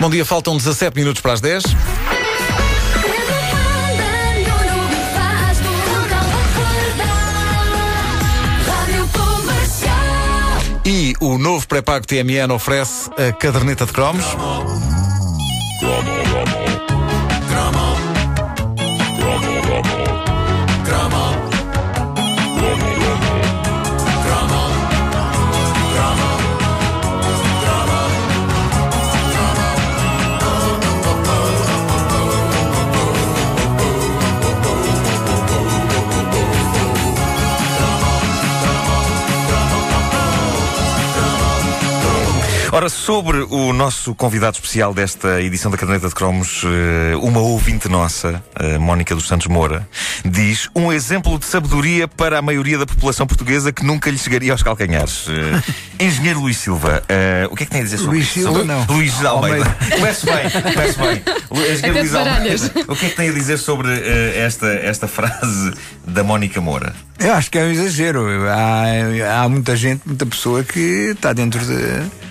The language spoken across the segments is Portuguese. Bom dia, faltam 17 minutos para as 10. E o novo pré-pago TMN oferece a caderneta de cromos. Ora, sobre o nosso convidado especial desta edição da Caderneta de Cromos, eh, uma ouvinte nossa, eh, Mónica dos Santos Moura, diz um exemplo de sabedoria para a maioria da população portuguesa que nunca lhe chegaria aos calcanhares. Eh, Engenheiro Luís Silva, eh, o que é que tem a dizer sobre Luís isso? Silva, não. Luís Almeida. Começo bem, começo bem. Lu- Engenheiro Até Luís de baralhas. Almeida, o que é que tem a dizer sobre eh, esta, esta frase da Mónica Moura? Eu acho que é um exagero. Há, há muita gente, muita pessoa que está dentro de-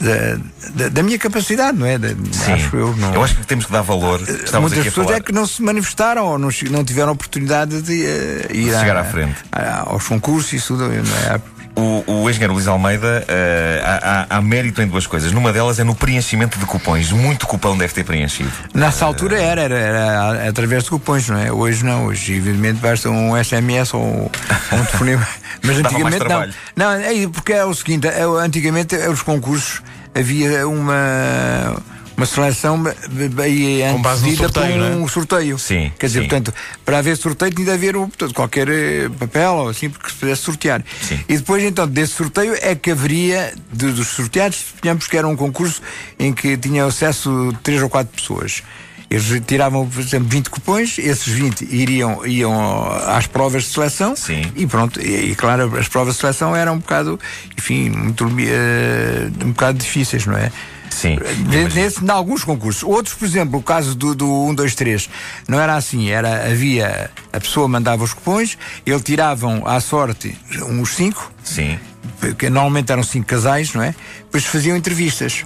da, da, da minha capacidade, não é? Da- Acho eu. Não. é? acho que temos que dar valor. Estamos Muitas aqui a pessoas falar. é que não se manifestaram ou não, che- não tiveram oportunidade de eh, ir à- Chegar à frente. a- aos concursos e isso tudo. não é? O, o engenheiro Luís Almeida eh, há, há- há mérito em duas coisas. Numa delas é no preenchimento de cupões. Muito cupão deve ter preenchido. Nessa altura era, era, era através de cupons, não é? Hoje não, hoje evidentemente basta um SMS ou um um telefonema. Mas Dava mais antigamente não. trabalho. Não, é porque é o seguinte, é, antigamente é, os concursos havia uma uma seleção b- b- aí Com base no antecedida sorteio, por não é? um sorteio. Sim, Quer dizer, sim. portanto, para haver sorteio tinha de haver um, portanto, qualquer eh, papel ou assim porque se pudesse sortear. Sim. E depois, então, desse sorteio é que haveria, de- dos sorteados, suponhamos que era um concurso em que tinha acesso três ou quatro pessoas. Eles tiravam, por exemplo, 20 cupons, esses 20 iriam, iam às provas de seleção Sim. e pronto. E, e, claro, as provas de seleção eram um bocado, enfim, muito, eh, um bocado difíceis, não é? Sim, De- Nesse, em alguns concursos. Outros, por exemplo, o caso do, do 1, 2, 3, não era assim. Era, havia, a pessoa mandava os cupons, ele tiravam à sorte uns 5, Sim. que normalmente eram cinco casais, não é? Depois faziam entrevistas.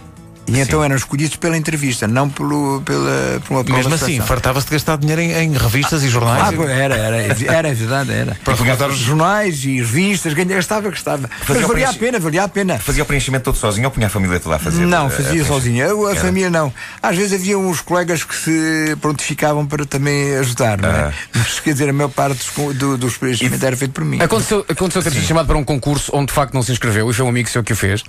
E então eram escolhidos pela entrevista, não pelo, pela, por uma prova Mesmo de assim, seleção. fartava-se de gastar dinheiro em, em revistas e jornais. Ah, pois, era, era, era, é verdade, era. Para regatar os- jornais e revistas, ganha- gastava, gastava. Fazia Mas o valia a preenchi- pena, valia a pena. Fazia o preenchimento todo sozinho ou punha a família toda a fazer? Não, eh, a fazia preencher? sozinho. Eu, a Era. família não. Às vezes havia uns colegas que se prontificavam para também ajudar, não é? Ah. Mas quer dizer, a maior parte dos, co- do, dos preenchimentos era feito por mim. Aconteceu, aconteceu ter sido chamado para um concurso onde de facto não se inscreveu e foi um amigo seu que o fez.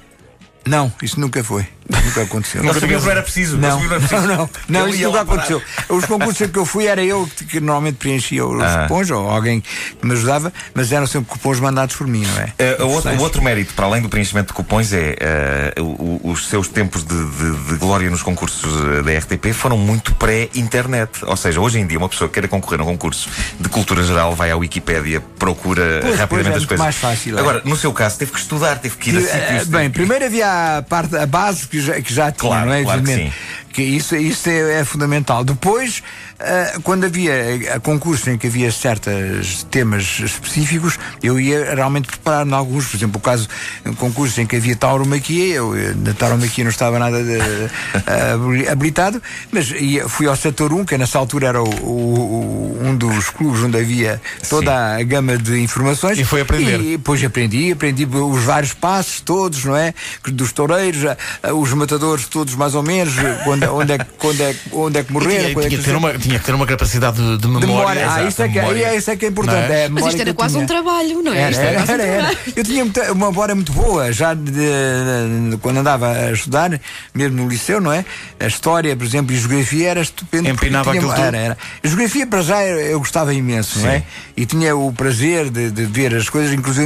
Não, isso nunca foi. Nunca aconteceu. Não sabia que não era preciso. Não, sabia que não era preciso. não, não, não, Ele isso ia nunca lá parar. aconteceu. Os concursos em que eu fui era eu que, que normalmente preenchia os Ah. cupons, ou alguém que me ajudava, mas eram sempre cupons mandados por mim, não é? Eh, o, outro, Portanto, o outro mérito, para além do preenchimento de cupons, é eh, o- o- os seus tempos de, de- de glória nos concursos eh, da RTP foram muito pré-internet. Ou seja, hoje em dia, uma pessoa que queira concorrer a um concurso de cultura geral vai à Wikipédia, procura Pois, rapidamente pois, é as muito coisas. mais fácil, é. Agora, no seu caso, teve que estudar, teve que ir a Eh, sítios. teve Bem, que- primeiro havia a, parte, a base que já, que já tinha, Claro, não é? claro que Evidentemente. Que isso, isso é, é fundamental. Depois, eh, quando havia eh, concursos em que havia certos temas específicos, eu ia realmente preparar-me alguns. Por exemplo, o caso um concurso em que havia tauromaquia, eu eh, na tauromaquia não estava nada de, eh, habili- habilitado, mas ia- fui ao setor 1, que nessa altura era o- o- o- um dos clubes onde havia toda a gama de informações. E foi aprender. E- e Depois aprendi, aprendi os vários passos todos, não é? Que Dos toureiros, a- a- os matadores todos mais ou menos, quando, onde, é, que- quando, é, que- onde é que morreram, Tinha, quando é tinha que que ter uma, tinha que ter uma capacidade de, de de memória. memória. Ah, exato, isso é, que, memória. é, isso é que é importante. Não é? é a memória Mas isto que era eu quase tinha. um trabalho, não é? Era, Isto era era, quase um era, era. trabalho. Eu tinha muita- uma memória muito boa, já de- de- quando andava a estudar, mesmo no liceu, não é? A história, por exemplo, e geografia era estupendo. porque Empinava tinha- aquilo tudo. Era, era. A Geografia, para já, eu, eu gostava imenso, não é? E tinha o prazer de, de ver as coisas, inclusive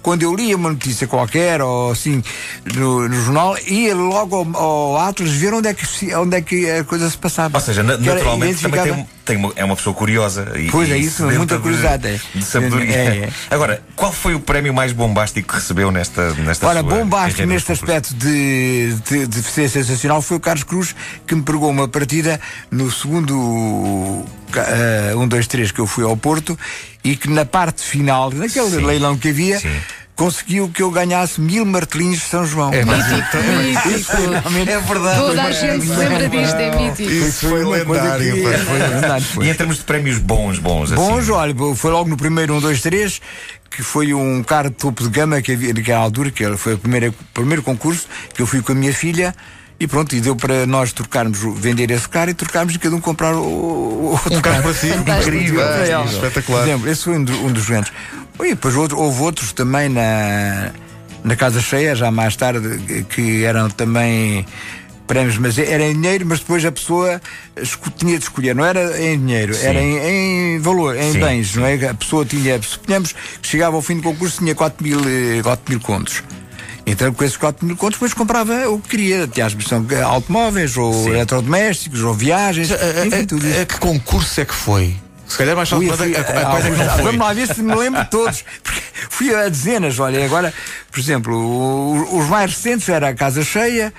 quando eu lia uma notícia qualquer, ou assim, no, no jornal, ia logo ao, ao Atlas ver onde é, que, se- onde é que a coisa se passava. Ou seja, na- Que era naturalmente também identificada. tem, tem uma- é uma pessoa curiosa. E, Pois é e isso, sedenta muita de- curiosidade, é. De sabedoria. É, é. Agora, qual foi o prémio mais bombástico que recebeu nesta nesta Ora, sua é, bombástico carreira nos neste concursos? aspecto de, de, de ser sensacional foi o Carlos Cruz que me pregou uma partida no segundo ca- eh, um dois três que eu fui ao Porto e que na parte final, naquele Sim, leilão que havia, sim. conseguiu que eu ganhasse mil martelinhos de São João. É, mas- Finalmente- Mítico. é verdade. Toda a gente se lembra disto, é mítico. Isso foi uma coisa lendário. que- pá. É verdade, E foi. em termos de prémios bons, bons, assim. Bons, olha, foi logo no primeiro 1, 2, 3, que foi um carro de topo de gama que havia naquela altura, que era- foi o primeiro, primeiro concurso que eu fui com a minha filha. E pronto, e deu para nós trocarmos, o- vender esse carro e trocarmos e cada um comprar o, o outro Um carro para si, Fantástico. incrível, Para ela. espetacular. Por exemplo, esse foi um, do- um dos eventos. E depois outro- houve outros também na, na Casa Cheia, já mais tarde, que eram também prémios, mas era em dinheiro, mas depois a pessoa esco- tinha de escolher, não era em dinheiro, era em, em valor, em Sim, bens, não é? A pessoa tinha, suponhamos que chegava ao fim do concurso tinha 4 mil, eh, 4 mil contos. Então, com esses 4 mil contos, depois comprava o que queria. Tinha as são automóveis, ou eletrodomésticos, ou viagens, A- a- enfim, tudo isso. a- a- a que concurso é que foi? Se calhar mais Ui, fácil, mas a, fui a, a- a, quais é que alguns- não foi? Vamos lá ver se me lembro de todos. Porque fui a dezenas, olha, e agora, por exemplo, o- os mais recentes era a Casa Cheia,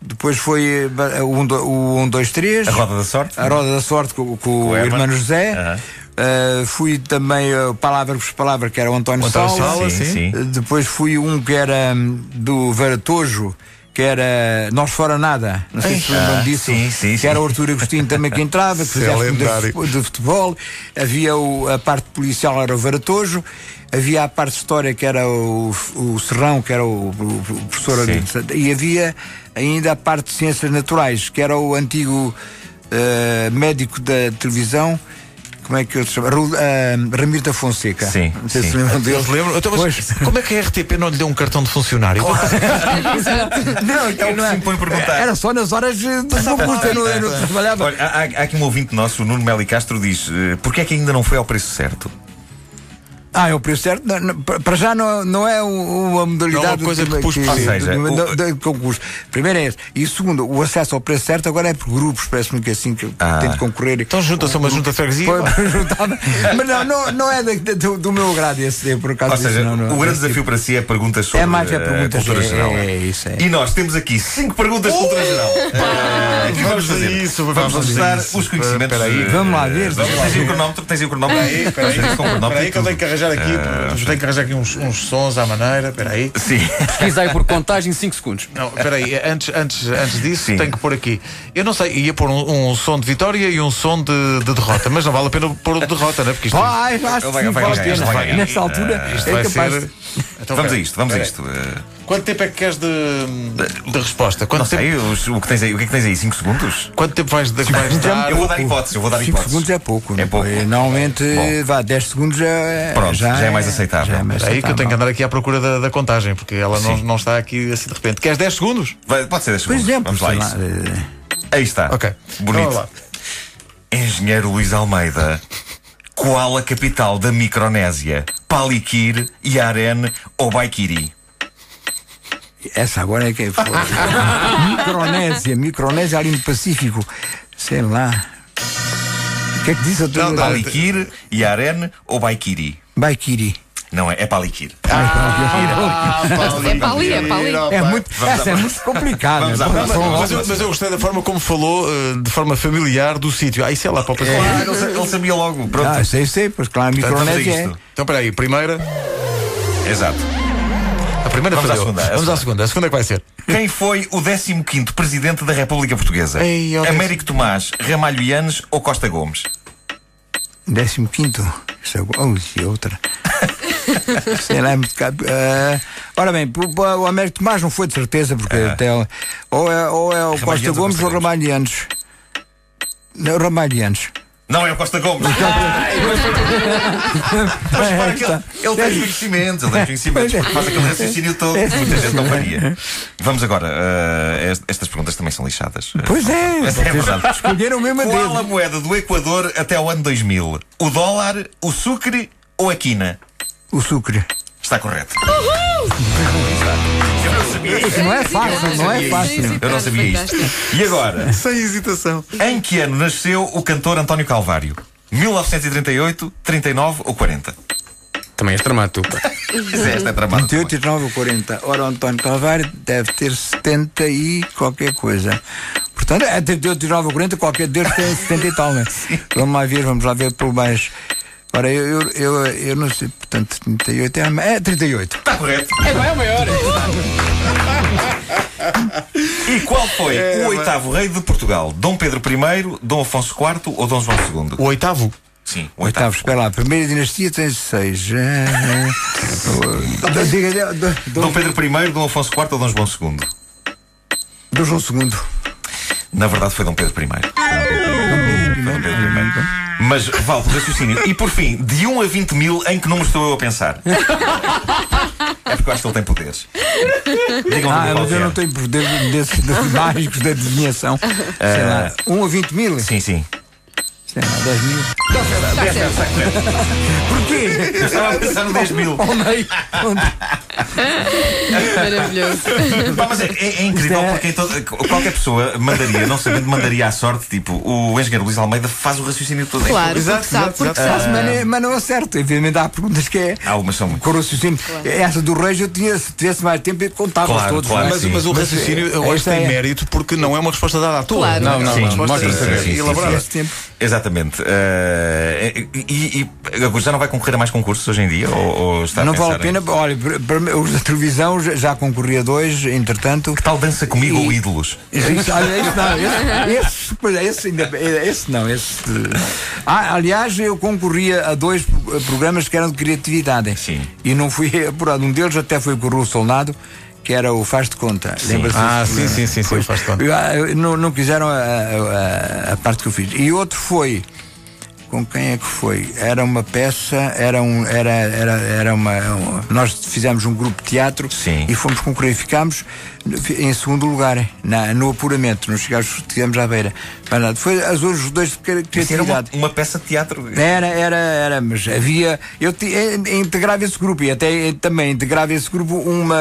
depois foi eh, ba- o 1, do- o 1, 2, 3. A Roda da Sorte? A Roda da Sorte com, com o Herman. irmão José. Aham. Eh, fui também eh, Palavra por Palavra, que era o António, António Sala. Sala, sim, sim. sim. Eh, Depois fui um que era hum, do Varatojo, que era Nós Fora Nada, não sei se se lembram Ah, disso, sim, sim, que sim. era o Artur Agostinho também que entrava, que Isso é fazia as lendário. comidas de futebol, havia o- a parte policial, era o Varatojo, havia a parte de história que era o, o Serrão, que era o, o- o professor, Sim. de- e havia ainda a parte de ciências naturais, que era o antigo eh, médico da televisão. Como é que ele se chama? Ru- ah, Ramiro da Fonseca. Sim, Não sei se sim. lembram dele. Eles lembram? Então, mas Pois. como é que a RTP não lhe deu um cartão de funcionário? Não, então o que não se é. impõe perguntar. Era só nas horas eh, do concurso, eu não, eu não trabalhava. Olha, há, há- há aqui um ouvinte nosso, o Nuno Meli Castro, diz: eh, Porquê é que ainda não foi ao preço certo? Ah, é o preço certo? Não, não, para para já não, não é um- uma modalidade Não é uma coisa que pus por si. Ou Ah, seja, do- o- do- do concurso. Primeiro é esse. E segundo, o acesso ao preço certo agora é por grupos, parece-me que é assim que Ah. tem de concorrer. Então junta-se a uma junta de freguesia. Foi- foi juntado. Mas não, não, não é da- da- do, do meu grado esse, é por acaso. Ou seja, isso, Ah, não, não. o grande desafio para si é perguntas sobre É mais é eh, perguntas, cultura é- geral. é isso, é. Uh! E nós temos aqui cinco perguntas de cultura geral. Eh, que Vamos a fazer? isso, vamos vamos a ajustar isso. os conhecimentos. Espera aí. eh, Vamos lá ver. Vamos, tens aí o cronómetro, tens aí o cronómetro. Tens com o cronómetro e Peraí que eu tudo. tenho que arranjar aqui, tenho que arranjar aqui uns, uns sons à maneira, peraí. Sim. Pesquisa aí por contagem 5 segundos. Não, peraí, é, antes, antes, antes disso Sim. tenho que pôr aqui. Eu não sei, ia pôr um, um som de vitória e um som de, de derrota, mas não vale a pena pôr o de derrota, não é? Porque isto, Vai, acho que Ele vai- sim, vai vale a ganhar, pena. ele vai ganhar. Ah, Nesta altura isto é vai capaz. ser. de- Então, Vamos a peraí. isto, vamos a Peraí. isto. eh, Quanto tempo é que queres de, de resposta? Quanto Não tempo, sei, os- o que tens aí? O que é que tens aí? 5 segundos? quanto tempo vais, de- vais dar? então, Eu vou dar hipóteses, eu vou dar 5 hipóteses. segundos é pouco. É não pouco. E Normalmente, Bom. vá, 10 segundos já é. Pronto, já é mais aceitável. já é mais É aí que eu tenho que aceitável. andar aqui à procura da, da contagem, porque ela não, Sim. não está aqui assim de repente. Queres 10 segundos? Vai- Pode ser 10 Por segundos. exemplo, vamos lá, a é, sei isso. lá, eh, Aí está. Ok. Bonito. Vamos Então lá. Engenheiro Luís Almeida. Qual a capital da Micronésia? Palikir, Yaren ou Baikiri? Essa agora é que é. foda. Micronésia, Micronésia ali no Pacífico. Sei lá. O que é que diz a Não, tua. não. Palikir, Yaren ou Baikiri? Baikiri. Não é, é Palikir. Ah, É para ali, é para ali. É muito, essa é muito complicada. né? Vamos à Pô, próxima. são- Mas eu, mas eu gostei da forma como falou, eh, de forma familiar, do sítio. Ah, isso é lá para o pessoal. Ah, ele sa- ele sabia logo. Pronto. Ah, sei, sei, pois claro, a Portanto, vamos a Micronésia é. isto. Então, espera aí, primeira. Exato. A primeira Vamos à falhou. segunda, à Vamos segunda. à segunda. A segunda é que vai ser. Quem foi o 15º Presidente da República Portuguesa? Ei, ó, Américo Tomás, Ramalho Yanes ou Costa Gomes? 15. Oh, e outra. Sei lá, é muito caro. Ah, ora bem, pro- pro- o Américo Tomás não foi de certeza, porque até, o- ou, é, ou é o Costa É. ou Gomes Costa ou Gomes? Ramalhianos. Não, Ramalhianos. Não é o Costa Gomes. Mas repara que é, ele, ele tem conhecimentos, ele tem conhecimentos, porque faz aquele raciocínio todo É, que muita gente não faria. Vamos agora, eh, est- estas perguntas também são lixadas. Eh, Pois é, Mas é verdade. escolheram mesmo a Qual a dedo. moeda do Equador até o ano 2000? O dólar, o sucre ou a quina? O sucre. Está correto. Eu não sabia isto. Não é fácil, não é Sim, fácil. Eu não sabia isto. E agora, Sem hesitação. em que ano nasceu o cantor António Calvário? 1938, 39 ou 40? Também és tramado, tu. Esta é tramada. 28, 39, 40. Ora, o António Calvário deve ter 70 e qualquer coisa. Portanto, é 38, 39, 40, qualquer Deus tem 70 e tal, né? Vamos lá ver, vamos lá ver por mais. Ora, eu, eu, eu, eu não sei, portanto, 38 é, a ma- é 38. Está Tá correto. É o maior. E qual foi o oitavo rei de Portugal? Dom Pedro I, Dom Afonso IV ou Dom João II? O oitavo. Sim, o Oitavo, espera lá, a primeira dinastia tem seis. Ah, ah. Do- diga- do- do- Dom Pedro I, Dom Afonso IV ou Dom João II? Do João II. Na verdade foi Dom Pedro I. Foi Dom Pedro I. Mas vale o raciocínio. E por fim, de 1 a 20 mil, em que número estou eu a pensar? É porque eu acho que ele tem poderes. Digam-me Ah, qual mas eu é. não tenho poder desses desses mágicos da adivinhação. É. Sei lá, 1 a 20 mil? Sim, sim. Sei lá, 10 mil. Está certo. Porquê? Eu estava a pensar no 10 mil. Ao meio. Maravilhoso. Pá, mas é, é- é incrível Isto é- porque em todo- qualquer pessoa mandaria, não sabendo, mandaria à sorte, tipo, o engenheiro Luís Almeida faz o raciocínio todo. Claro, Exato, porque sabe, exato, porque exato. sabe. Mas, É. não- mas não acerto. Evidentemente há perguntas que é. Há algumas são muito. Com o raciocínio. é Essa do Reis eu tinha, se tivesse mais tempo, eu contava Claro, todos. claro. não é? Mas, sim. mas o Mas, raciocínio eh, eu acho que esta tem é- mérito porque não é uma resposta dada à toa. Claro. Não, não, Sim, não. Mostra sim, saber. sim, sim, elaborada. sim. Esse tempo. Exatamente. Eh, e, e- e agora já não vai concorrer a mais concursos hoje em dia? Ou, ou está a Não vale pensar a em- pena. Olha, para- para- os da televisão já, já concorri a dois, entretanto. Tal dança comigo E- ou ídolos? Isso, olha, esse não, esse, esse, pois é, esse ainda- esse não, esse. Ah, aliás, eu concorria a dois pro- programas que eram de criatividade. Sim. E não fui apurado. Um deles até foi com o Rulo Soldado, que era o Faz de Conta. Lembra-se Ah, desse sim, sim, sim, sim, Pois. faz conta. Eu, ah, eu- não, não quiseram a, a- a- a parte que eu fiz. E outro foi. Com quem é que foi? Era uma peça, era um. Era, era, era uma, um- nós fizemos um grupo de teatro Sim. e fomos concorrer. Ficámos em segundo lugar, na- no apuramento, não chegámos, estivemos à beira. Mas nada, foi Azores os dois de cri- Isso Era uma, criatividade. uma peça de teatro. Era, era, era, mas havia. Eu ti- eh, integrava esse grupo e até eh, também integrava esse grupo uma,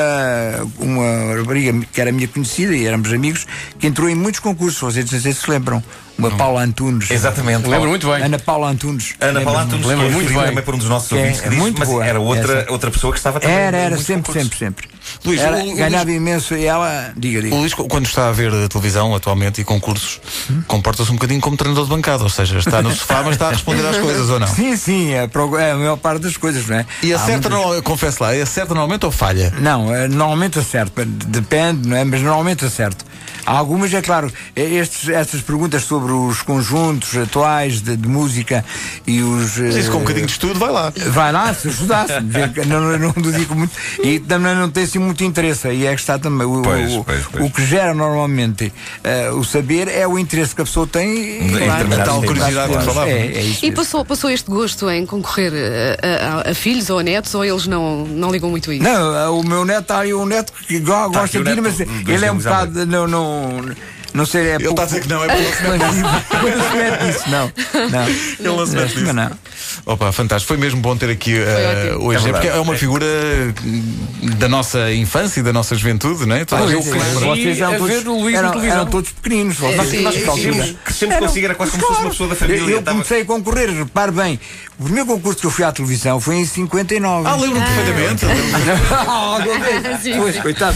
uma rapariga que era minha conhecida e éramos amigos, que entrou em muitos concursos, vocês não sei se se lembram. Uma Paula Antunes. Exatamente. Lembro muito bem. Ana Paula Antunes. Ana Palanto nos lembro muito bem. também por um dos nossos É, ouvintes que é disse, muito mas boa era outra, essa. outra pessoa que estava também. Era, em era, muitos sempre, concursos. sempre, sempre. Luís, Era- o- o Luís- ganhava imenso e ela. Diga, diga. O Luís, quando está a ver a televisão atualmente e concursos, comporta-se um bocadinho como treinador de bancada, ou seja, está no sofá, mas está a responder às coisas ou não. Sim, sim, é, pro- é a maior parte das coisas, não é? E Há acerta, muitas- no- eu confesso lá, e acerta normalmente ou falha? Não, eh, normalmente acerto, depende, não é? Mas normalmente acerto. Há algumas, é claro, eh, estes, estas perguntas sobre os conjuntos atuais de, de música e os. Mas isso com um eh, bocadinho de estudo, vai lá. Vai lá, se ajudasse, vê que não, não, não dedico muito e também não tem assim muito interesse. Aí é que está também. O, Pois, o, pois, pois. o que gera normalmente eh, o saber é o interesse que a pessoa tem Em determinados A tal temas, curiosidade claro. que falava. É, é isso. E mesmo. passou, passou este gosto em concorrer eh, a, a- a- a filhos ou a netos, ou eles não, não ligam muito a isso? Não, eh, o meu neto, há aí um neto que go- Tá, gosta e o de ir, neto mas dos ele é um Domingos à bocado. Não, não, não sei, é Ele está a dizer que não, é para Mas não se mete nisso, não. não. Ele não se mete nisso. Mas não. Opa, fantástico. Foi mesmo bom ter aqui eh, ótimo. o É Egé, porque verdade. é uma figura eh, da nossa infância e da nossa juventude, não é? Toda a Mas eu gente se cresci- lembra. Vocês eram a todos, ver o Luís na eram, televisão. eram todos pequeninos. Vocês, Sim, Nós sim, crescemos, crescemos consigo, era quase como se fosse uma pessoa da família. Eu, eu estava- comecei a concorrer, repare bem, o primeiro concurso que eu fui à televisão foi em 59. Ah, lembro-me perfeitamente. Ah, Sim. pois, coitado.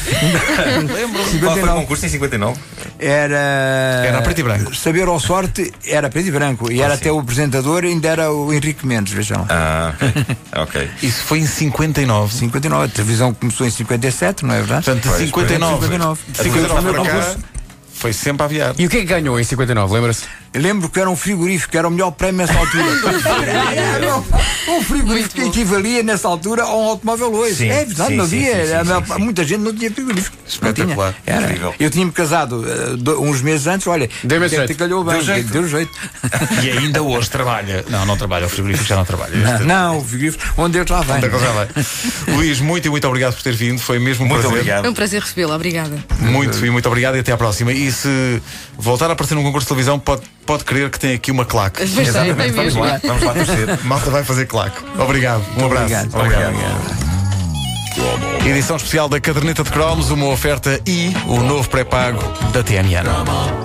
lembro-me. Qual foi o 59. concurso em 59? Era. Era a preto e branco. Saber ou sorte era preto e branco. E era até o apresentador, ainda era o Henrique Mendes, vejam. Ah, ok. ok. Isso foi em 59. 59, a televisão começou em 57, não é verdade? Portanto, de Pois, 59. 59. De 59 para cá, foi sempre aviado. E o que é que ganhou em 59? Lembra-se? Eu lembro que era um frigorífico, era o melhor prémio nessa altura. Era um- um frigorífico que Muito bom. equivalia nessa altura a um automóvel hoje. Sim, é verdade, sim, não sim, havia. sim, sim, a maior- sim, sim. Muita gente não tinha frigorífico. Não Espetacular. tinha. Era. Incrível. Eu tinha-me casado eh, do- uns meses antes, olha, Deu-me até jeito. que calhou bem, Deu jeito. deu jeito. E ainda hoje trabalha. Não, não trabalha. O frigorífico já não trabalha. Este- Não, o frigorífico, onde eu lá Tá vem. com ela. Luís, muito e muito obrigado por ter vindo. Foi mesmo um Muito prazer. É um obrigado. prazer recebê-la, obrigada. Muito e muito obrigado e até à próxima. E se voltar a aparecer num concurso de televisão, pode, pode crer que tem aqui uma claque. Mas tem, tem Vamos mesmo. lá, vamos lá torcer. Malta vai fazer claque. Obrigado. Um abraço. Obrigado. Obrigado. Edição especial da Caderneta de Cromos, uma oferta e o novo pré-pago da TMN.